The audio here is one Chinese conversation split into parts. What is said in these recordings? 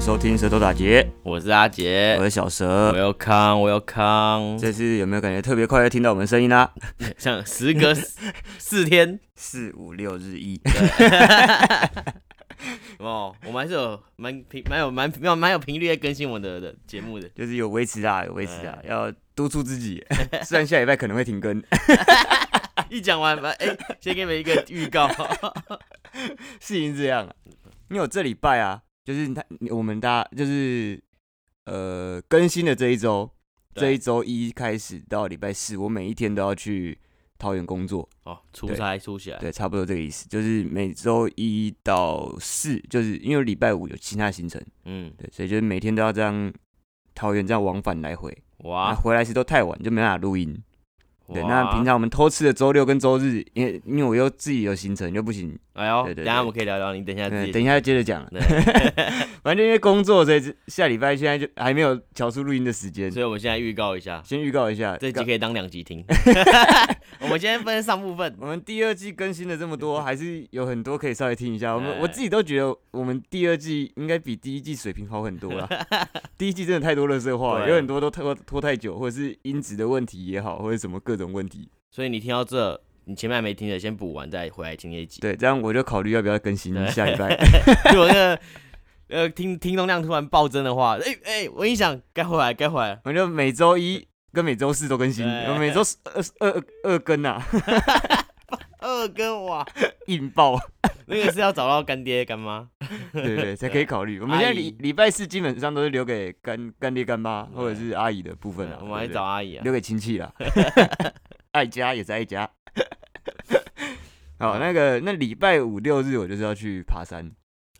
收听《舌头打结》，我是阿我杰，是小我蛇。要康，我要康，这次有没有感觉特别快就听到我们声音啦、像时 隔四四天四五六日一， 哦，我们还是有蛮频蛮有蛮蛮蛮有频率在更新我们的的节目 的，就是有维持 啦，有维持啦，哎要督促自 己。虽然下礼拜可能会停更， 一讲完吧，哎、先给你们一个预 告，是已经这样了。啊因为我这礼拜啊，就是他我们大家就是呃更新的这一周，对这一周一开始到礼拜四，我每一天都要去桃园工作。哦，出差出起来，对，差不多这个意思，就是每周一到四，就是因为礼拜五有其他行程，嗯，对，所以就是每天都要这样桃园这样往返来回，啊，哇，回来时都太晚，就没办法录音。对，哇那平，常我们偷吃的周六跟周日，因为因为我又自己有行程，又不行。哎呦，对对对等一下我们可以聊聊，你等一下自嗯，己，等一下就接着讲了。 反正就因为工作，所以这下礼拜现在就还没有调出录音的时间，所以我们现在预告一下，先预告一下。这集刚可以当两集 听，我们今天分上部分，我们第二季更新了这么多，还是有很多可以稍微听一下。我们嗯哎我自己都觉得，我们第二季应该比第一季水平好很多 了。第一季真的太多乐色话了，对有很多都拖拖太久，或者是音质的问题也好，或者什么各种问 题。所以你听到这，你前面还没听的，先补完再回来听这一集。对，这样我就考虑要不要更新对下礼拜。 如果那个呃听听众量突然暴增的话，哎、哎、我一想该回来该回来了， 我们就每周一跟每周四都更新，对我们每周四二二二更啊， 二更哇，硬爆，那个是要找到干爹干妈，对对 对，才可以考虑。我们阿现在姨礼礼拜四基本上都是留给干干爹干妈或者是阿姨的部分啊，我们还对不对找阿姨啊。留给亲戚啦。爱家也是爱家。 好，那个那礼拜五六日我就是要去爬山。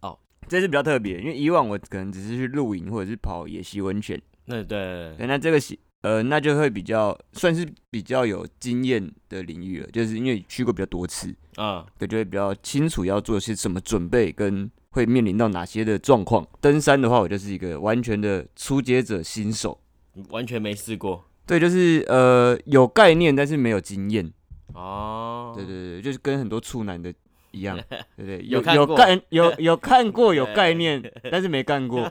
哦，这次比较特别，因为以往我可能只是去露营或者是跑野溪温泉，那对对对，对，那这个是呃，那就会比较算是比较有经验的领域了，就是因为去过比较多次，嗯，对，就会比较清楚要做些什么准备，跟会面临到哪些的状况。登山的话，我就是一个完全的初阶者新手，完全没试过对，就是呃有概念，但是没有经验。哦。对对对，就是跟很多处男的一 样，对不对？有看有过干 有有看过有对概念，但是没干 过。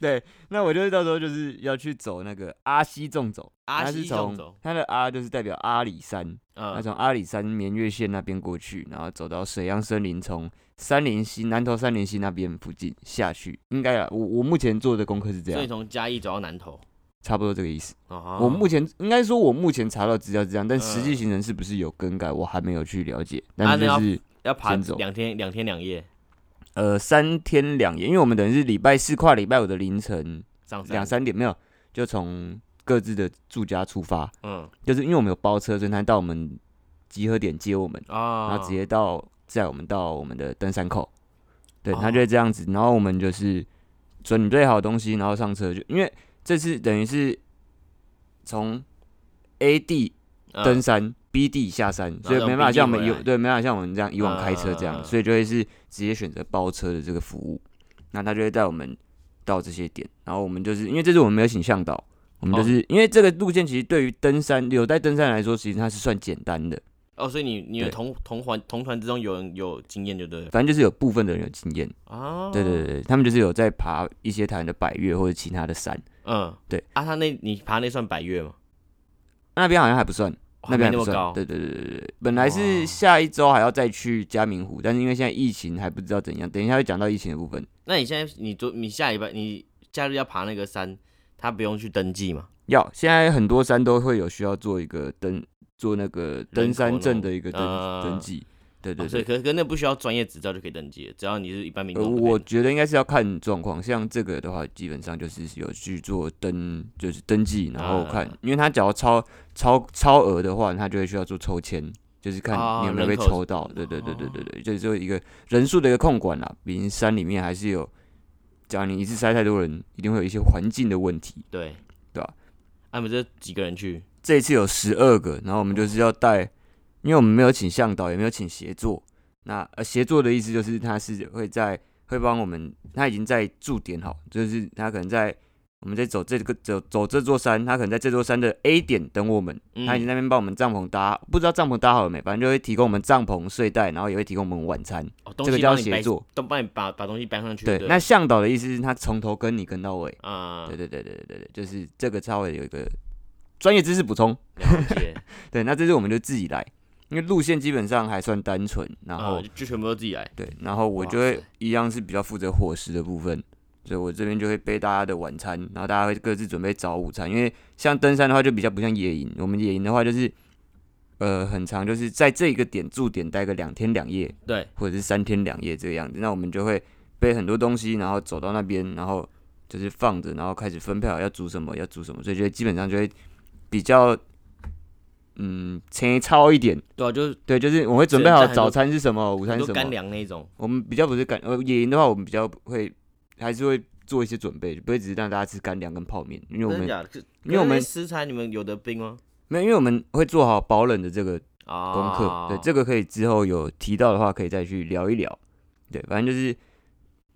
对，那我就是到时候就是要去走那个阿西纵走，阿它西是纵从走，它的阿就是代表阿里山，那嗯，从阿里山绵月线那边过去，然后走到水漾森林，从三林溪南投三林溪那边附近下去，应该啊，我我目前做的功课是这所以样，从嘉义走到南投。差不多这个意思。哦我目前应该说，我目前查到资料是这样，但嗯实际行程是不是有更改，我还没有去了解。啊但是那就要是要爬先走两天两天两夜呃三天两夜，因为我们等于是礼拜四跨礼拜五的凌晨上山，两三点，没有就从各自的住家出发，嗯就是因为我们有包车，所以他到我们集合点接我们，啊，然后直接到载我们到我们的登山口。对，他哦就会这样子，然后我们就是准备好东西，然后上车就，因为这次等于是从 A 地嗯登山、B 地下山，所以然后没办法像我 B 地们回有来对没办法像我们这样以往开车这嗯嗯样，嗯所以就会是直接选择包车的这个服务。那他就会带我们到这些点，然后我们就是因为这次我们没有请向导，我们哦就是、因为这个路线其实对于登山有在登山来说，其实它是算简单的，哦，所以你你对的同同团同团之中有人有经验就对了反正就是有部分的人有经验，啊，对对对，他们就是有在爬一些台湾的百越或者其他的山，嗯，对啊，他那你爬那算百越吗？那边好像还不算，哇那边哦还不没那么算。高，哦对对对对对，本来是哇下一周还要再去嘉明湖，但是因为现在疫情还不知道怎样，等一下会讲到疫情的部分，那你现在你昨你下礼拜你假日要爬那个山，他不用去登记嘛？要现在很多山都会有需要做一个登做那个登山证的一个登、啊登记，对对哦所以对。可可那不需要专业执照就可以登记了，只要你是一般民呃，众就可以。我觉得应该是要看状况，像这个的话，基本上就是有去做登，就是登记，然后看，啊因为他只要超超超额的话，他就会需要做抽签，就是看啊你有没有被人口哦是抽到。对对对对对对，就是做一个人数的一个控管啦。毕竟山里面还是有，假如你一次塞太多人，一定会有一些环境的问题。对对啊，啊，你们这几个人去，这一次有十二个，然后我们就是要哦带，因为我们没有请向导，也没有请协作。那呃，协作的意思就是他是会在会帮我们，他已经在驻点好，就是他可能在我们在走这个走走这座山，他可能在这座山的 A 点等我们，他已经嗯，在那边帮我们帐篷搭，不知道帐篷搭好了没，反正就会提供我们帐篷、睡袋，然后也会提供我们晚餐，哦，这这个叫协，作。都帮你把把东西搬上去。对，对，那向导的意思是他从头跟你跟到尾。啊，对对对对对对对，就是这个稍微有一个专业知识补充。了 解，对，那这次我们就自己来，因为路线基本上还算单纯，然后、啊就就全部都自己来。对，然后我哇就会塞一样是比较负责伙食的部分，所以我这边就会背大家的晚餐，然后大家会各自准备早午餐。因为像登山的话，就比较不像野营，我们野营的话就是，呃，很长，就是在这一个点驻点待个两天两夜，对，或者是三天两夜这个样子。那我们就会背很多东西，然后走到那边，然后就是放着，然后开始分配好要煮什么，要煮什么，所以就会基本上就会比较。嗯，前超一点，对啊，就是对，就是我会准备这好这很多早餐是什么，午餐是很多什么干，粮那一种。我们比较不是干呃野营的话，我们比较会还是会做一些准备，不会只是让大家吃干粮跟泡面，因为我真的们假的？可因为我们可是食材你们有的冰吗？没有，因为我们会做好保冷的这个啊，功课。对，这个可以之后有提到的话，可以再去聊一聊。对，反正就是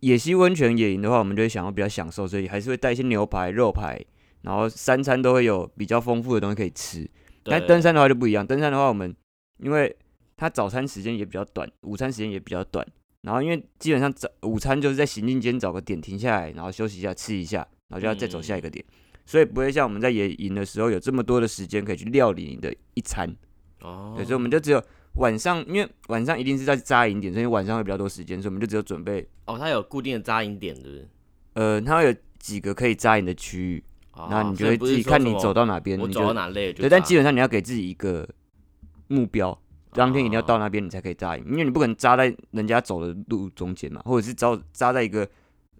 野溪温泉野营的话，我们就会想要比较享受，所以还是会带一些牛排、肉排，然后三餐都会有比较丰富的东西可以吃。对但登山的话就不一样，登山的话我们因为它早餐时间也比较短，午餐时间也比较短，然后因为基本上早午餐就是在行进间找个点停下来，然后休息一下吃一下，然后就要再走下一个点，所以不会像我们在野营的时候有这么多的时间可以去料理你的一餐，哦，对，所以我们就只有晚上，因为晚上一定是在扎营点，所以晚上会比较多时间，所以我们就只有准备，哦，它有固定的扎营点，对不对？呃，它会有几个可以扎营的区域，哦那你就所以会不自是己说看什你么走到哪边，我你走就到哪累了就对，但扎基本上你要给自己一个目标，当天一定要到那边你才可以扎营，因为你不可能扎在人家走的路中间嘛，或者是扎扎在一个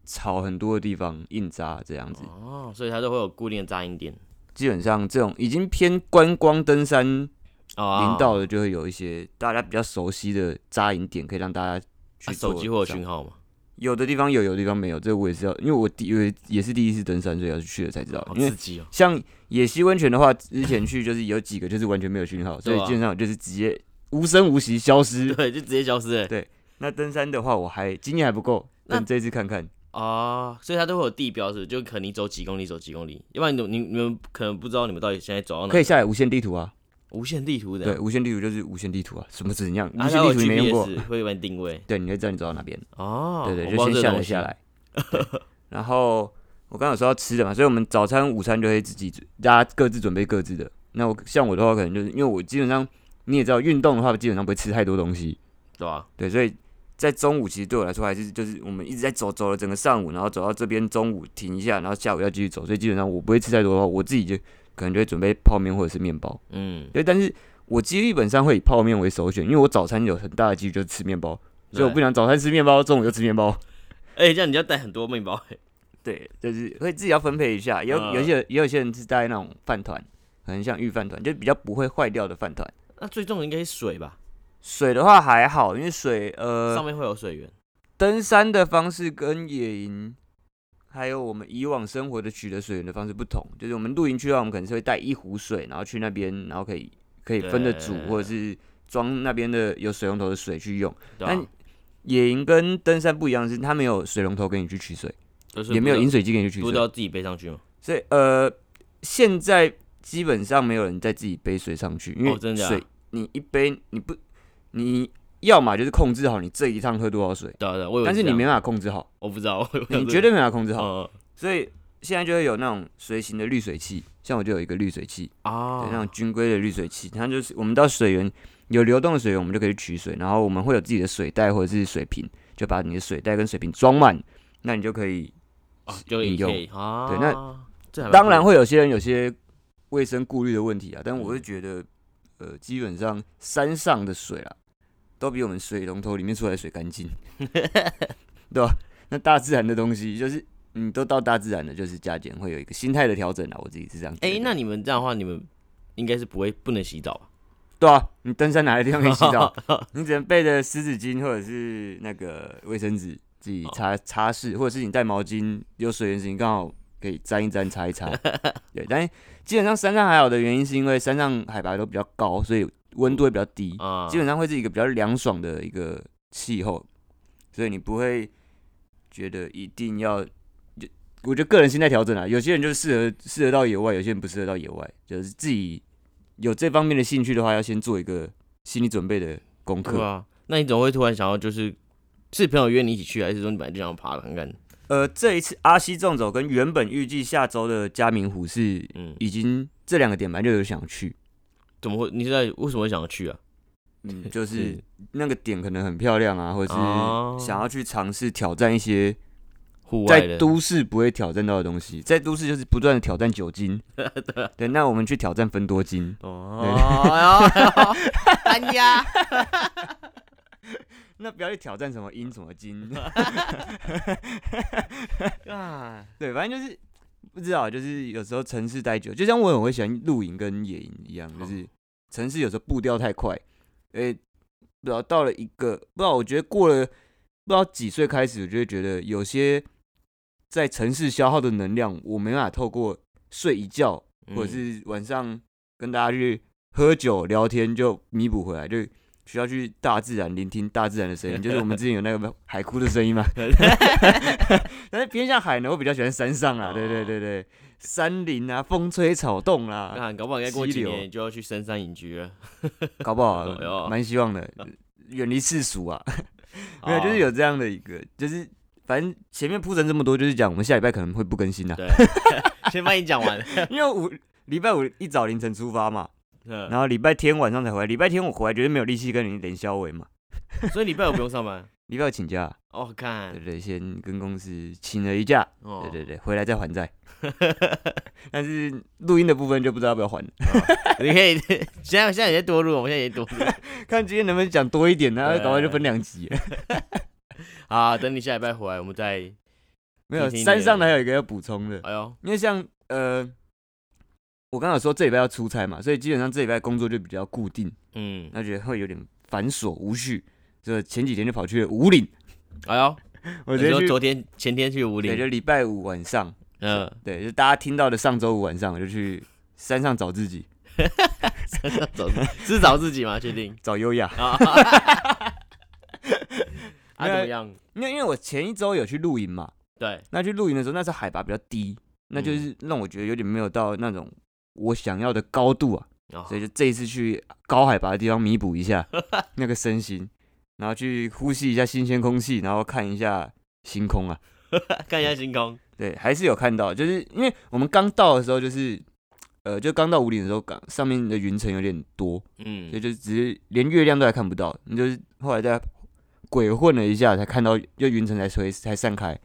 草很多的地方硬扎这样子。哦，所以它都会有固定的扎营点。基本上这种已经偏观光登山哦，林道的，就会有一些大家比较熟悉的扎营点，可以让大家去啊手做机会有扎讯号吗？有的地方有，有的地方没有。这我也是要，因为我第也也是第一次登山，所以要去了才知道。好因为刺激哦！ 像野溪温泉的话，之前去就是有几个就是完全没有讯号，所以对啊基本上我就是直接无声无息消失。对，就直接消失了。那登山的话，我还经验还不够，那等这次看看。哦，所以它都会有地标，是不是？就可能你走几公里，走几公里，要不然你你你们可能不知道你们到底现在走到哪。可以下载无线地图啊，无线地图的，对，，无线地图就是无线地图啊，什么怎样？无啊、线它有地图你没用过， GPS 会帮你定位。对，你会知道你走到哪边。哦，对对，我就不知道先下这个载东西下。 来。对然后我刚刚有说要吃的嘛，所以我们早餐、午餐就会自己准大家各自准备各自的。那我像我的话，可能就是因为我基本上你也知道，运动的话基本上不会吃太多东西，对啊，对，所以在中午其实对我来说还是就是我们一直在走，走了整个上午，然后走到这边中午停一下，然后下午要继续走，所以基本上我不会吃太多的话，我自己就可能就会准备泡面或者是面包。嗯，对，但是我基本上会以泡面为首选，因为我早餐有很大的几率就是吃面包，所以我对不想早餐吃面包，中午就吃面包。哎、这样你要带很多面包、欸对，就是会自己要分配一下。有嗯有一些人也有些人是带那种饭团，很像预饭团，就比较不会坏掉的饭团。那最重的应该是水吧，水的话还好，因为水上呃，面会有水源。登山的方式跟野营，还有我们以往生活的取得水源的方式不同。就是我们露营区的话，我们可能是会带一壶水，然后去那边，然后可以可以分着煮，对或者是装那边的有水龙头的水去用。对、啊，野营跟登山不一样的是，它没有水龙头给你去取水，就是也没有不饮水机给你去取都水都。要自己背上去吗？所以呃，现在基本上没有人再自己背水上去，因为哦真水、的啊你一背你不你要么就是控制好你这一趟喝多少水，对啊，对啊，我以为但是这你样没，办法控制好，我不知道，我以为你这绝对没办法控制样好，嗯所以现在就会有那种随行的滤水器，像我就有一个滤水器，对，那啊种，军规的滤水器，它就是我们到水源有流动的水源，我们就可以去取水，然后我们会有自己的水袋或者是水瓶，就把你的水袋跟水瓶装满，那你就可以啊就饮也可用以啊。对那这还蛮当然酷会有些人有些卫生顾虑的问题啊，但我嗯是觉得，呃，基本上山上的水啊，都比我们水龙头里面出来的水干 净，对吧、那大自然的东西，就是你都到大自然了，就是加减会有一个心态的调整啊，我自己是这样觉的。得。哎、那你们这样的话，你们应该是不会不能洗 澡吧？对啊，你登山哪来地方可以洗澡？你只能备着湿纸巾或者是那个卫生纸自己擦擦拭，或者是你带毛巾，有水源时你刚好可以沾一沾、擦一擦。对，但是基本上山上还好的原因是因为山上海拔都比较高，所以温度会比较低， 啊，基本上会是一个比较凉爽的一个气候，所以你不会觉得一定要就我觉得个人心态调整啊，有些人就是适合适合到野外，有些人不适合到野外，就是自己有这方面的兴趣的话，要先做一个心理准备的功对课。啊，那你怎么会突然想要就是是朋友约你一起去，还是说你本来就想爬看看？呃，这一次阿西纵走跟原本预计下周的嘉明湖是嗯，已经这两个点本来就有想去，怎么会？你是在为什么会想要去啊？嗯，就是是那个点可能很漂亮啊，或者哦是想要去尝试挑战一些户外在的，都市不会挑战到的东西，在都市就是不断的挑战酒 精，对，那我们去挑战分多精，哦，哎呦哎呦 单压，那不要去挑战什么阴什么 精，啊，对，反正就是不知道，就是有时候城市待久，就像我很会喜欢露营跟野营一样，哦就是城市有时候步调太快，诶、不知道到了一个不知道，我觉得过了不知道几岁开始，我就会觉得有些在城市消耗的能量，我没办法透过睡一觉嗯或者是晚上跟大家去喝酒聊天就弥补回来，就需要去大自然聆听大自然的声音，就是我们之前有那个海哭的声音嘛。但是偏向海呢，我比较喜欢山上啊，对对对对，山林啊，风吹草动啊啦、嗯那搞不好应该过几激流年就要去深山隐居了。搞不好哎呦啊蛮、希望的，远离世俗啊。 没有，哦就是有这样的一个，就是反正前面铺陈这么多，就是讲我们下礼拜可能会不更新啊，对，哦先帮你讲 完。因为五礼拜五一早凌晨出发嘛，嗯然后礼拜天晚上才回来，礼拜天我回来绝对没有力气跟你连消尾嘛。所以礼拜五不用上班。礼拜五请假，哦，对看，对，先跟公司请了一假，哦，对对对，回来再还债。 但是录音的部分就不知道要不要还，你可以 现在现在也在多录，我们现在也多录 看今天能不能讲多一点呢、对搞完就分两集。好，等你下礼拜回来，我们再。 没有，听听山上你的的还有一个要补充的，哎呦，因为像呃，我刚刚有说这礼拜要出差嘛，所以基本上这礼拜工作就比较固定，嗯，那觉得会有点繁琐无序。所以前几天就跑去了五岭，哎呦，我你觉得说昨天前天去五对，岭，就礼拜五晚上，嗯， 对，就大家听到的上周五晚上，我就去山上找自己，找是找自己吗？确定找优雅。 啊？啊，没有怎么样？因为因为我前一周有去露营嘛，对，那去露营的时候，那时候海拔比较低，那就是让我觉得有点没有到那种我想要的高度啊，哦所以就这一次去高海拔的地方弥补一下那个身形，然后去呼吸一下新鲜空气，然后看一下星空啊。看一下星空，对，还是有看到，就是因为我们刚到的时候，就是呃，就刚到五岭的时候，刚上面的云层有点多，嗯所以，就只是连月亮都还看不到，你就是后来在鬼混了一下，才看到就云层才吹才散开。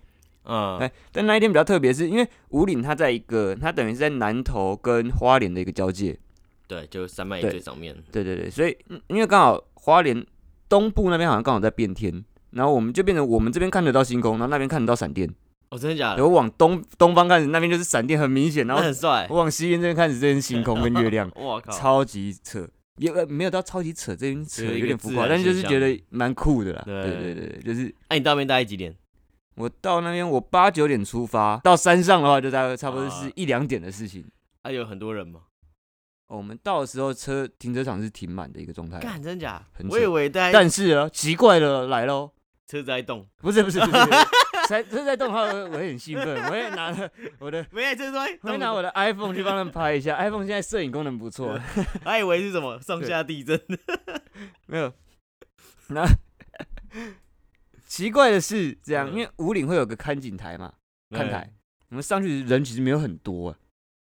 嗯，哎，但那一天比较特别，是因为五岭它在一个，它等于是在南投跟花莲的一个交界。对，就山脉对最上面，对对对，所以嗯因为刚好花莲东部那边好像刚好在变天，然后我们就变成我们这边看得到星空，然后那边看得到闪电。哦，真的假的？我往东东方看，那边就是闪电很明显，然那后很帅，，我往西边这边看，这边星空跟月亮我靠，超级扯。也呃没有到超级扯，这边扯就是有一个点浮自夸，然但是就是现象觉得蛮酷的啦。对对对对，就是哎，你到那边大概几点？我到那边，我八九点出发，到山上的话就大概差不多是啊一两点的事情。啊，有很多人吗？哦我们到的时候车停车场是停满的一个状态，干，真假很？扯我以为大家但是啊，奇怪了，来喽，车子在动，不是不是不是，不是才车在动的话，我会很兴奋，我会拿了我的。没有车子在我会动拿我的 iPhone 去帮他们拍一下，iPhone 现在摄影功能不错， 还以为是什么上下地震， 没有。那 奇怪的是这样，因为五岭会有个看景台嘛，看台，我们上去人其实没有很多、啊，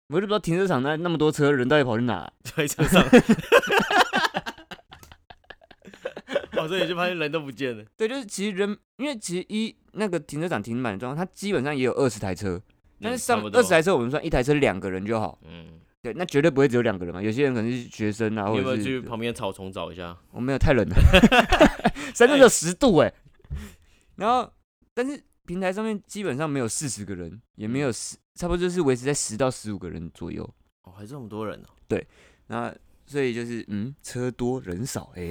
我就不知道停车场那那么多车，人到底跑去哪、啊就在车上。 哦，所以就发现人都不见了。对，就是其实人，因为其实一那个停车场停满的状况，它基本上也有二十台车，但是上二十台，车我们算一台车两个人就好，嗯，对，那绝对不会只有两个人嘛，有些人可能是学生啊，你或有没有者去是旁边草丛找一下？我没有太 冷了，山上只有十度哎、然后但是平台上面基本上没有四十个人，也没有十，差不多就是维持在十到十五个人左右，哦，还这么多人哦。那。所以就是，嗯，车多人少，哎、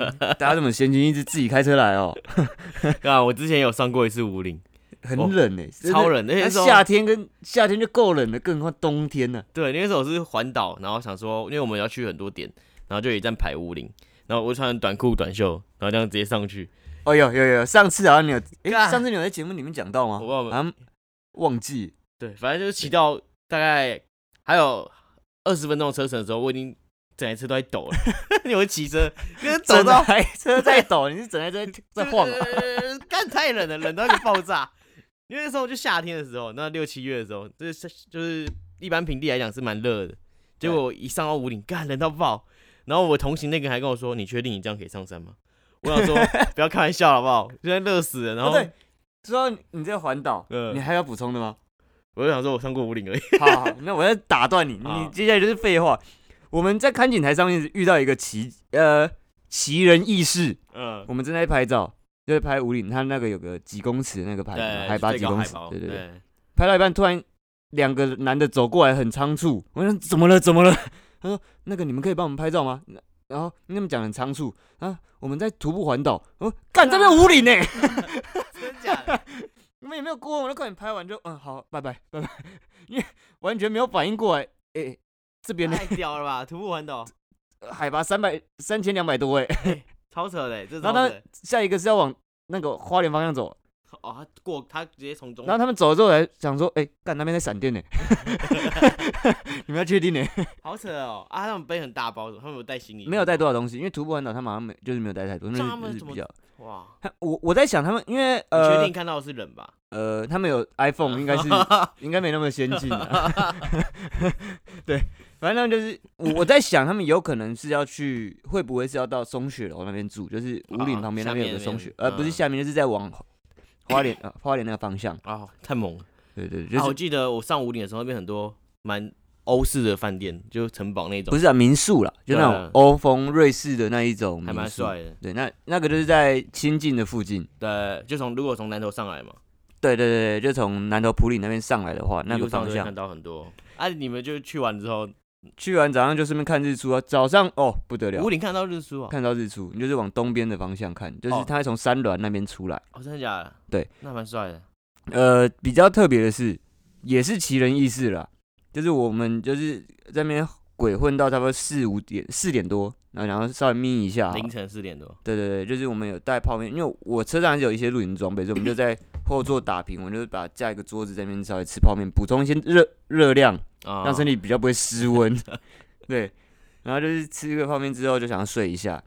大家这么先进，一直自己开车来哦， 对啊，我之前有上过一次五岭，很哦冷哎、真的超冷。那那那时候夏天跟夏天就够冷了，更何况冬天呢、对，那时候我是环岛，然后想说，因为我们要去很多点，然后就有一站排五岭，然后我就穿短裤短袖，然后这样直接上去。哦，有有有，上次好像你有，哎、干上次你有在节目里面讲到吗？我忘了好像忘记对，反正就是骑到大概还有二十分钟的车程的时候，我已经整台车都在抖 了，因为我骑车，因 为抖整到台车在 抖，你是整台车在晃 啊？呃 干太冷了，冷到你爆炸。因为那时候就夏天的时候，那六七月的时候，就是就是一般平地来讲是蛮热的。结果我一上到屋顶，干冷到爆。然后我同行那个还跟我说：“你确定你这样可以上山吗？”我 想说不要开玩笑好不好？现在热死了。然哦后对，说到你在环岛，嗯你还要补充的吗？我就想说，我上过五岭而已。好 好，那我要打断你，好你接下来就是废话。我们在看景台上面遇到一个奇呃奇人异事，嗯，我们正在拍照，就在拍五岭，它那个有个几公尺的那个牌子嘛，对，海拔最几高公海尺拔，对对对。拍到一半，突然两个男的走过来，很仓促。我说怎么了？怎么了？ 他说那个你们可以帮我们拍照吗？那然后他们讲很仓促啊，我们在徒步环岛。我说干这边有五欸岭呢，真假 的？你们有没有过？我就快点拍完就嗯好，拜拜拜拜，因为完全没有反应过来，哎、这边呢太屌了吧！徒步环岛，海拔三百三千两百多哎、超扯的，欸这然超后他扯的。 下一个是要往那个花莲方向走，哦，他过，他直接从中然后他们走了之后才想说，哎、干那边在闪 电呢， 你们要确定呢？好扯哦！啊，他们背很大包，他们有带行李？没有带多少东西，因为徒步环岛他们好像没就是没有带太多，那他是就们是怎比么较。 哇！他我我在想他们，因为你确呃定看到的是人吧？呃，他们有 iPhone，应该 是应该没那么先进、啊。对，反正他们就是我我在想，他们有可能是要去，会不会是要到松雪楼那边住？就是五岭啊旁边下那边有面个那松边雪，呃，不是嗯下面，就是在往花莲呃花莲那个方向。哦，太猛了！对对，啊，就我是记得我上五岭的时候，那边很多蛮欧式的饭店，就城堡那种，不是啊民宿啦，就那种对啊欧风瑞士的那一种还民蛮宿。帅的。对，那那个就是在清境的附近。对，就从如果从南头上来嘛，对对对，对就从南头普里那边上来的话，那一个路上方就会向看。到很多。啊，你们就去完之后，去完早上就顺便看日出啊，早上哦不得了五，岭看到日出啊？看到日出，你就是往东边的方向看，就是哦它从山峦那边出来。哦，真的假的？对，那蛮帅的。呃，比较特别的是，也是奇人异事啦，就是我们就是在那边鬼混到差不多四五点四点多，然后然后稍微眯一下好了，凌晨四点多，对对对，就是我们有带泡面，因为我车上还是有一些露营装备，所以我们就在后座打平，我们就是把架一个桌子在那边稍微吃泡面，补充一些热热量，啊，让身体比较不会失温。 对，然后就是吃个泡面之后就想要睡一下，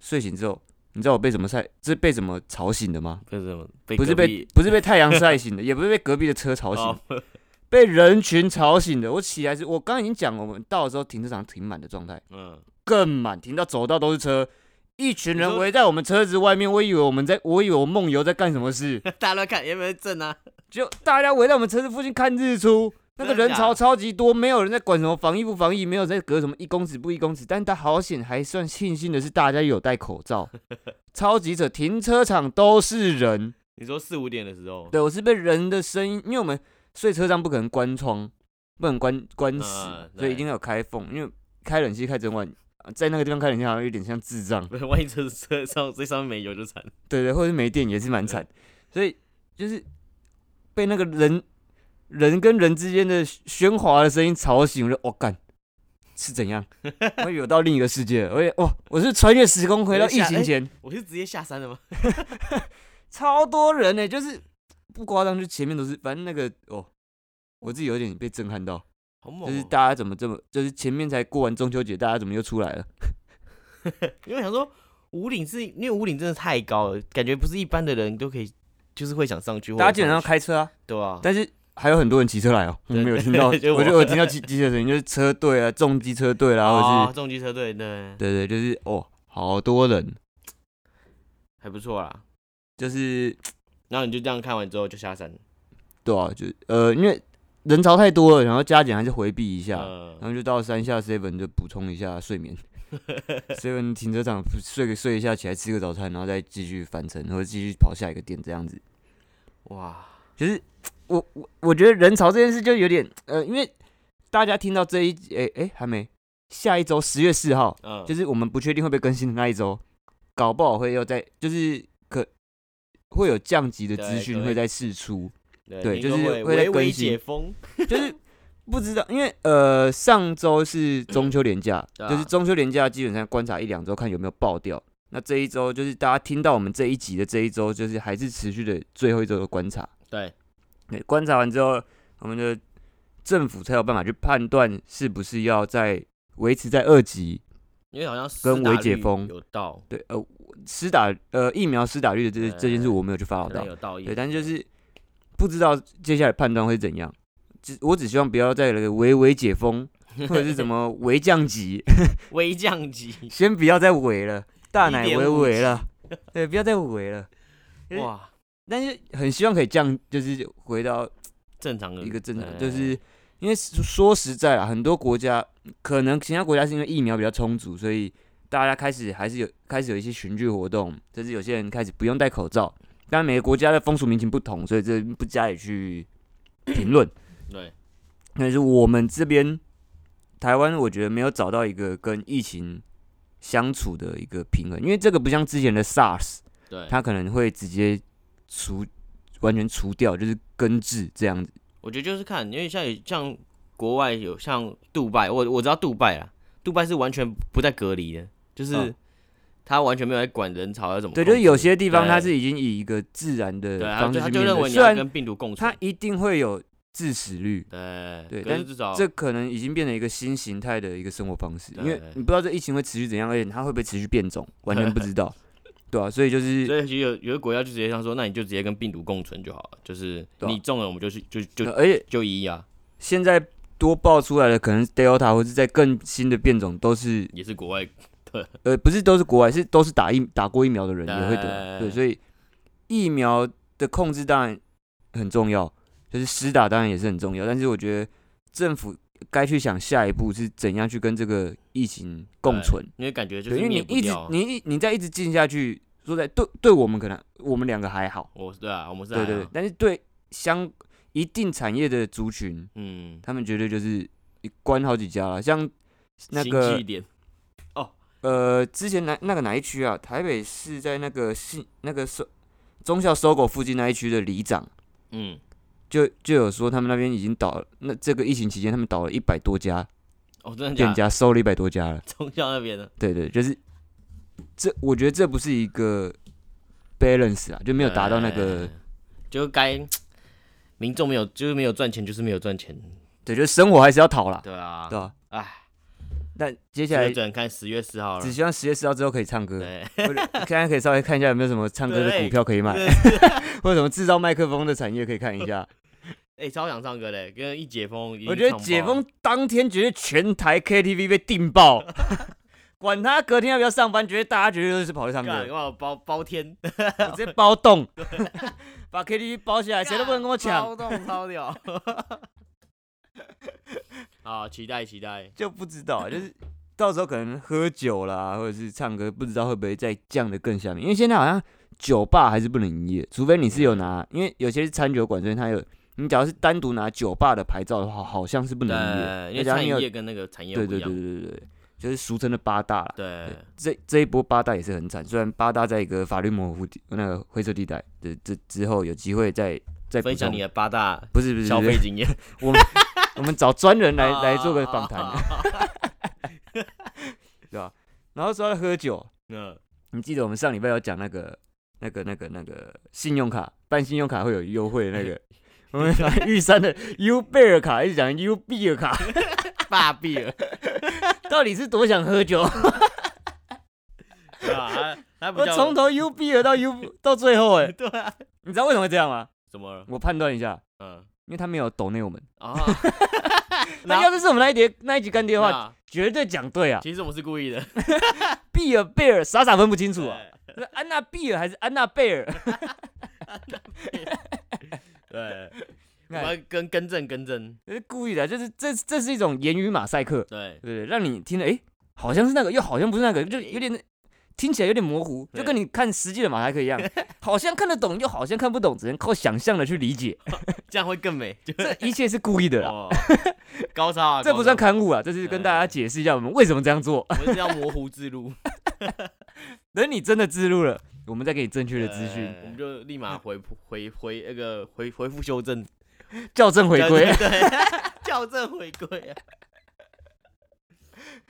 睡醒之后，你知道我被什么晒？这被什么吵醒的吗？不是什么被不是隔被壁不是被太阳晒醒的，也不是被隔壁的车吵醒，哦，被人群吵醒的。我起来是，我刚刚已经讲了，我们到的时候停车场停满的状态，嗯， 更满，停到走道都是车。一群你人说围在我们车子外面，我以为我们在，我以为我梦游在干什么事，大家都看有没有正啊？就大家围在我们车子附近看日出，那个真的人假的潮超级多，没有人在管什么防疫不防疫，没有在隔什么一公尺不一公尺，但他好险还算庆幸的是大家有戴口 罩，超级扯，停车场都是人，你说四五点的时候， 对我是被人的声音，因为我们睡车上不可能关窗，不能关关死嗯，所以一对定要有开缝，因为开冷气开整晚，在那个地方开冷气好像有点像智障。不是，万一车车上最上面没油就惨了。对对，或者是没电也是蛮惨，所以就是被那个人人跟人之间的喧哗的声音吵醒，我就哦干是怎样？我有到另一个世界了，我也哇，我是穿越时空回到疫情前，我是直接下山的吗？超多人呢、就是不夸张，就前面都是，反正那个哦，我自己有点被震撼到，好猛、哦！就是大家怎么这么，就是前面才过完中秋节，大家怎么又出来了？因为我想说五岭是因为五岭真的太高了，感觉不是一般的人都可以，就是会想上去或者大家基本上上去开车啊，对啊，但是还有很多人骑车来哦，我对没有听到，我 就我就有听到骑机车 声音，就是车队啊，重机车队啦，或者啊，是重机车队对，对对，就是哦，好多人，还不错啦。就是然后你就这样看完之后就下山，对啊，就呃，因为人潮太多了，然后加减还是回避一下，嗯然后就到山下 seven 就补充一下睡 眠，seven 停车场睡个睡一下，起来吃个早餐，然后再继续返程，或者继续跑下一个店这样子。哇，就是我我我觉得人潮这件事就有点呃，因为大家听到这一集诶诶、还没下一周十月四号，嗯，就是我们不确定会不会更新的那一周，搞不好会又在就是可会有降级的资讯对会在释 出，对对，就是听说会会在微更微新解封，就是不知道，因为呃上周是中秋连假，对啊就是中秋连假基本上观察一两周看有没有爆掉。那这一周就是大家听到我们这一集的这一周，就是还是持续的最后一周的观察。对，对，观察完之后，我们的政府才有办法去判断是不是要在维持在二级，因为好像跟施打微解率封有到，对，呃，施打呃疫苗施打率的这这件事我没有去发可扰到能，有到一对，点，但就是不知道接下来判断会怎样。只我只希望不要再那个微微解 封，或者是怎么微降 级，微降级，先不要再微了，大奶微1.5微 级了，对，不要再微了。因为哇，但是很希望可以降，就是回到正常的一个正常，哎就是因为说说实在啦，很多国家可能其他国家是因为疫苗比较充足，所以大家开始还是有开始有一些群聚活动，甚至有些人开始不用戴口罩。当然每个国家的风俗民情不同，所以这不加以去评论。对，但是我们这边台湾，我觉得没有找到一个跟疫情相处的一个平衡，因为这个不像之前的 SARS，对，它可能会直接除完全除掉，就是根治这样子。我觉得就是看，因为像有像国外有像杜拜，我我知道杜拜啦，杜拜是完全不在隔离的，就是嗯他完全没有在管人潮要怎么控对，制，就是有些地方对它是已经以一个自然的对，他方就式他去就面认对，为你虽要然跟病毒共存它，一定会有致死率，对对可是但至少这可能已经变成一个新形态的一个生活方式，因为对你不知道这疫情会持续怎样，而且它会不会持续变种，完全不知道，对啊，所以就是所以其实有有的国家就直接像说，那你就直接跟病毒共存就好了，就是对啊你中了我们就去就呃就而且就医啊，现在多爆出来的可能是 Delta 或是在更新的变种都是也是国外呃不是都是国外是都是打疫打过疫苗的人对也会得，啊对，所以疫苗的控制当然很重要，就是施打当然也是很重要，但是我觉得政府该去想下一步是怎样去跟这个疫情共存，因为感觉就对，是因为你灭不一直掉啊你一你再一直进下去，说在对对我们可能我们两个还好，我对啊，我们是对还对对好，但是对相一定产业的族群，嗯，他们绝对就是关好几家了，像那新个据点呃，之前哪那个哪一区啊？台北市在那个信那个收中校收狗附近那一区的里长，嗯就就有说他们那边已经倒了，那这个疫情期间他们倒了一百多家哦真的假店 的？家，收了一百多家了。中校那边的对对，就是这，我觉得这不是一个 balance 啊，就没有达到那个哎，就该民众没有就是没有赚钱，就是没有赚钱，对，就是生活还是要讨啦，对啊，对吧？哎，但接下就来只能看十月四号了只，希望十月十号之后可以唱歌，对， 或者现在可以稍微看一下有没有什么唱歌的对股票可以买对， 或者什么制造麦克风的产业可以看一下。哎，超想唱歌的，跟一解封，已经我觉得唱爆解了封当天，绝对全台 KTV 被订 爆，管他隔天要不要上班，绝对大家绝对都是跑去唱干，歌，哇，包包天，我直接包栋， 把 KTV 包起来，哎谁都不能跟我抢， 超动超屌。好，期待期待，就不知道，就是到时候可能喝酒啦，或者是唱歌，不知道会不会再降的更下面，因为现在好像酒吧还是不能营业，除非你是有拿，嗯因为有些是餐酒馆，所以它有。你只要是单独拿酒吧的牌照的话，好像是不能营对，因业，而且它为餐没饮有业跟那个产业对不对对一样，对对对，就是俗称的八大啦。对，这这一波八大也是很惨，虽然八大在一个法律模糊地那个灰色地带的这之后有机会再再补分享充你的八大不是不是消不费是，经验，我们 我们找专人来啊来做个访谈，啊对吧？然后说到喝酒， 嗯，你记得我们上礼拜有讲那个那个那个那个信用卡办信用卡会有优惠的那 个，我们讲玉山的 U 贝尔卡，一直讲 U 比尔卡， 霸币了， 到底是多想喝酒？对啊吧？还还不我叫从头 U 比尔到 U 到最后，哎， 对啊，你知道为什么会这样吗？怎么了？我判断一下，嗯因为他没有抖内我们。 啊， 那要是我们那一碟那一集干爹的话，那绝对讲对啊。其实我们是故意的，比尔贝尔傻傻分不清楚啊，对 是安娜比尔还是安娜贝尔？ 对，我看们要跟更正更正，这是故意的啊，就是这这是一种言语马赛克，对对不对？让你听了，诶，好像是那个，又好像不是那个，就有点听起来有点模糊，对就跟你看实际的马赛克一样，好像看得懂，又好像看不懂，只能靠想象的去理解。这样会更美，就这一切是故意的啦，哦， 高超啊，啊 这不算高刊物啊，这是跟大家解释一下我们为什么这样做。超，我们是要模糊 之路。等你真的自入了，我们再给你正确的资对我讯，们就立马回回回那个回回复修正校正回归。对 对，校正回归啊。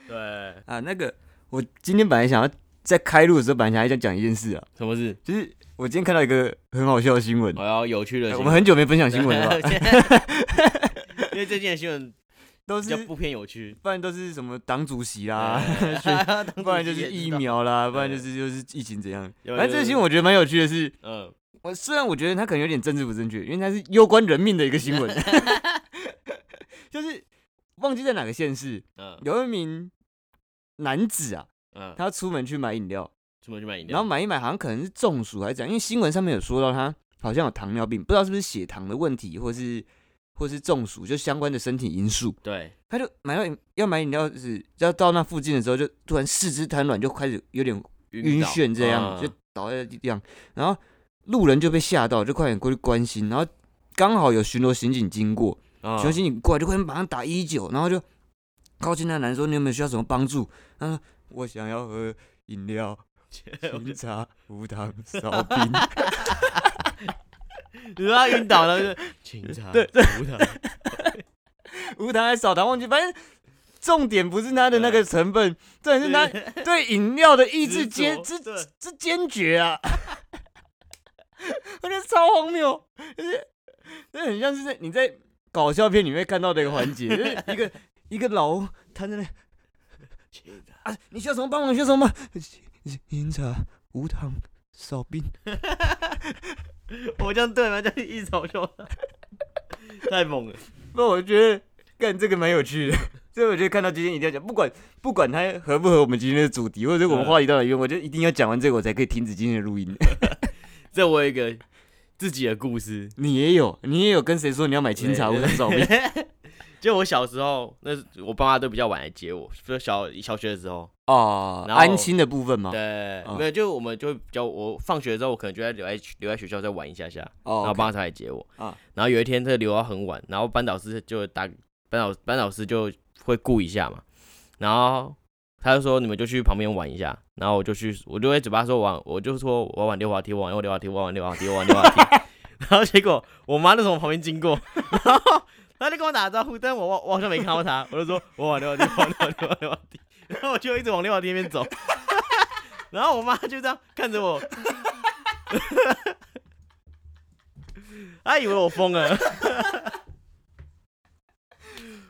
对，啊，那个我今天本来想要在开录的时候，本来想要讲一件事啊，什么事？就是我今天看到一个很好笑的新闻，我要有趣的哎新闻，我们很久没分享新闻了 吧？ 因为最近的新闻都比较是不哎偏有趣不然都是什么党主席啦， 当 不然就自己是也知疫道，苗啦，不然对就是就是疫情怎样。有反正这个新闻我觉得蛮有趣的是，嗯，我虽然我觉得它可能有点政治不正确，因为它是攸关人命的一个新闻， 就是忘记在哪个县市，嗯有一名男子啊，嗯，他出门去买饮料，出门去买饮料，然后买一买，好像可能是中暑还是怎样，因为新闻上面有说到他好像有糖尿病，不知道是不是血糖的问题，或是或是中暑，就相关的身体因素。对，他就买到饮要买饮料是要到那附近的时候，就突然四肢瘫软，就开始有点晕倒眩这样，嗯就倒在地上，然后路人就被吓到，就快点过去关心，然后刚好有巡逻刑警经过，嗯巡逻刑 警过来就快点马上打一九，然后就靠近那男人说：“你有没有需要什么帮助？”他说：“我想要喝饮料、清 茶、无糖烧 冰。你说他晕倒了，就是警察，对无糖，无糖还是少糖忘记，反正重点不是它的那个成分，重点是他对饮料的意志执坚着之对之坚决啊！ 我觉得超荒谬，就是这很像是在你在搞笑片里面看到的一个环节，就是一个一个老翁瘫在那警察啊，你需要什么帮忙？你需要什么 帮忙？饮茶无糖少冰， 我这样对吗？这样一嘲笑他， 太猛了，那我觉得干这个蛮有趣的。 所以我觉得看到今天一定要讲，不管不管它合不合我们今天的主题，或者是我们对话题到哪边，我就一定要讲完这个，我才可以停止今天的录音。这我有一个自己的故事， 你也有，你也有跟谁说你要买清茶无糖少冰？ 就我小时候，那是我爸妈都比较晚来接我，就小小学的时候， 哦，然后安心的部分吗？对，嗯没有，就我们就会比较，我放学之后，我可能就在留在留在学校再玩一下下，哦然后 OK 爸妈才来接我啊。然后有一天，他留到很晚，然后班导师就打班导班导师就会顾一下嘛，然后他就说你们就去旁边玩一下，然后我就去，我就会嘴巴说玩，我就说我玩玩溜滑梯，我玩溜滑梯，我玩溜滑梯，我玩 溜滑梯。然后结果我妈就从我旁边经过，然后她就跟我打招呼，但是我我我好像没看到她，我就说我往溜滑梯，我往溜滑梯，我往溜滑梯，然后我就一直往溜滑梯那边走， 然后我妈就这样看着我，她以为我疯了，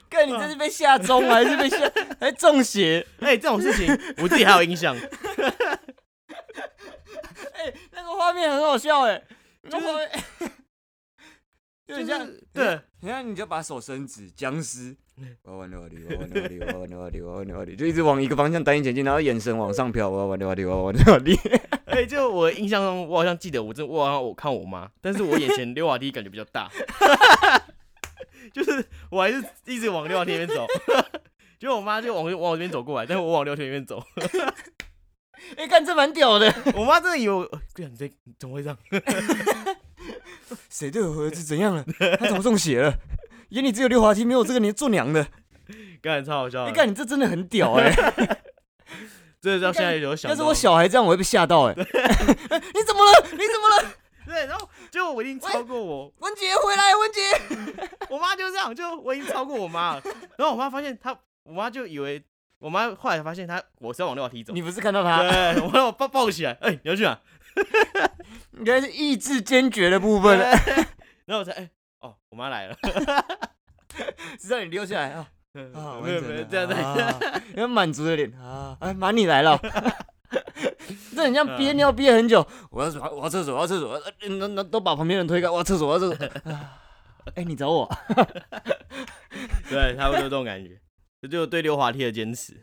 看你这是被吓中 了，还是被吓还中邪？哎、这种事情我自己还有印象，哎、那个画面很好笑哎、那就是画面 就啊就很像是对，你看，你就把手伸直，僵尸，我要玩溜滑梯，我要玩溜滑梯，我要玩溜滑梯，我要玩溜滑梯，就一直往一个方向单一前进，然后眼神往上飘，我要玩溜滑梯，我要玩溜滑梯。哎、就我印象中，我好像记得我真我好像我看我妈，但是我眼前溜滑梯感觉比较大， 就是我还是一直往溜滑梯那边走， 结果我妈就往往我这边走过来，但是我往溜滑梯那边走，哎、看这蛮屌的，我妈真的以为我，对啊，你这你怎么会这样？ 谁对我儿子怎样了？他怎么中邪了？眼里只有溜滑梯，没有这个你做娘的。干超好笑你的，看你这真的很屌哎、 真的到现在有想要到，是我小孩这样，我会被吓到哎、 你怎么了？你怎么了？对，然后结果我已经超过我，文杰回来，文杰。我妈就这样，就我已经超过我妈了， 然后我妈发现她，我妈就以为我妈后来发现她我是要往溜滑梯 走，你不是看到他，对，我让我抱抱起来，哎、你要去哪？应该是意志坚决的部分， 然后我才哎、哦，我妈来了，直到你溜下来啊啊， 嗯完没有整没的有这样子， 啊，要满足的脸啊，哎，妈你来了。这很嗯像憋尿憋很久，我要我要厕所，我要厕所，呃那那都把旁边人推开，我要厕所，我要厕所。 啊哎，你找我？对，差不多这种感觉，这就是对溜滑梯的坚持。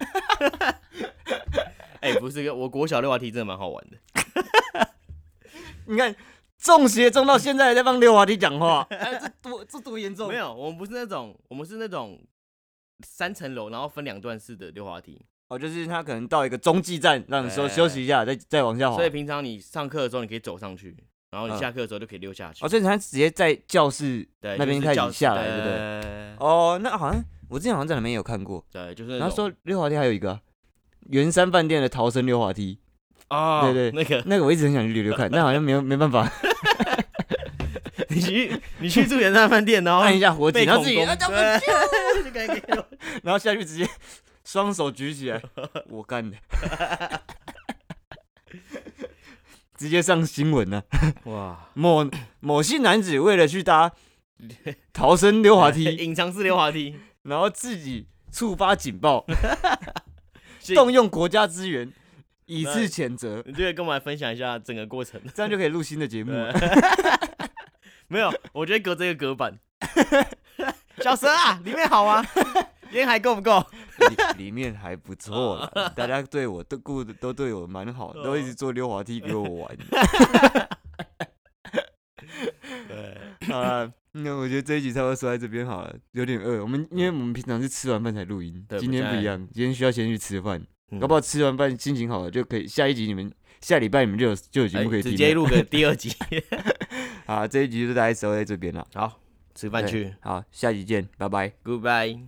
哎、不是，我国小溜滑梯真的蛮好玩的，你看中邪中到现在还在帮溜滑梯讲 话，哎，这多这多严重没？有，我们不是那种，我们是那种三层楼，然后分两段式的溜滑梯，哦，就是他可能到一个中继站，让你休休息一下，再再往下滑所以。平常你上课的时候你可以走上去，然后你下课的时候就可以溜下嗯去。哦，所以他直接在教室对，那边就是开始教室下来对不对？哦，那好像我之前好像在哪边也有看过。对，就然是嗯那后说种溜滑梯还有一个啊、圆山饭店的逃生溜滑梯，啊，对那个 那个我一直很想去溜溜看，但好像没有没办法你去你去住元山饭店，然后按一下火警，被然恐后自己，啊攻然哎后这样对 就感觉有 然后下去直接 双手举起来，我干的， 直接上新闻了、哇，某某姓男子为了去搭逃生溜滑梯， 隐藏式溜滑梯，然后自己触发警 报，所以动用国家资源哎以示谴责，你就可以跟我们来分享一下整个过程。这样就可以录新的节哎目了。对 没有，我觉得隔这个隔板。小蛇啊，里面好吗？烟还够不够？ 里里面还不错 啦，大家对我都顾得都对我蛮好，都一直做溜滑梯给我玩。对， 好了，那我觉得这一集差不多说在这边好了，有点饿。我们因为我们平常是吃完饭才录音，嗯对今我们天不现一在样，今天需要先去吃饭，嗯搞不好吃完饭心情好了就可以下一集你们下礼拜你们就有就有节目可以哎听直了。接录个第二集。 好，这一集就大概收在这边了。好，吃饭对去好，下集见，拜拜。 ，Goodbye。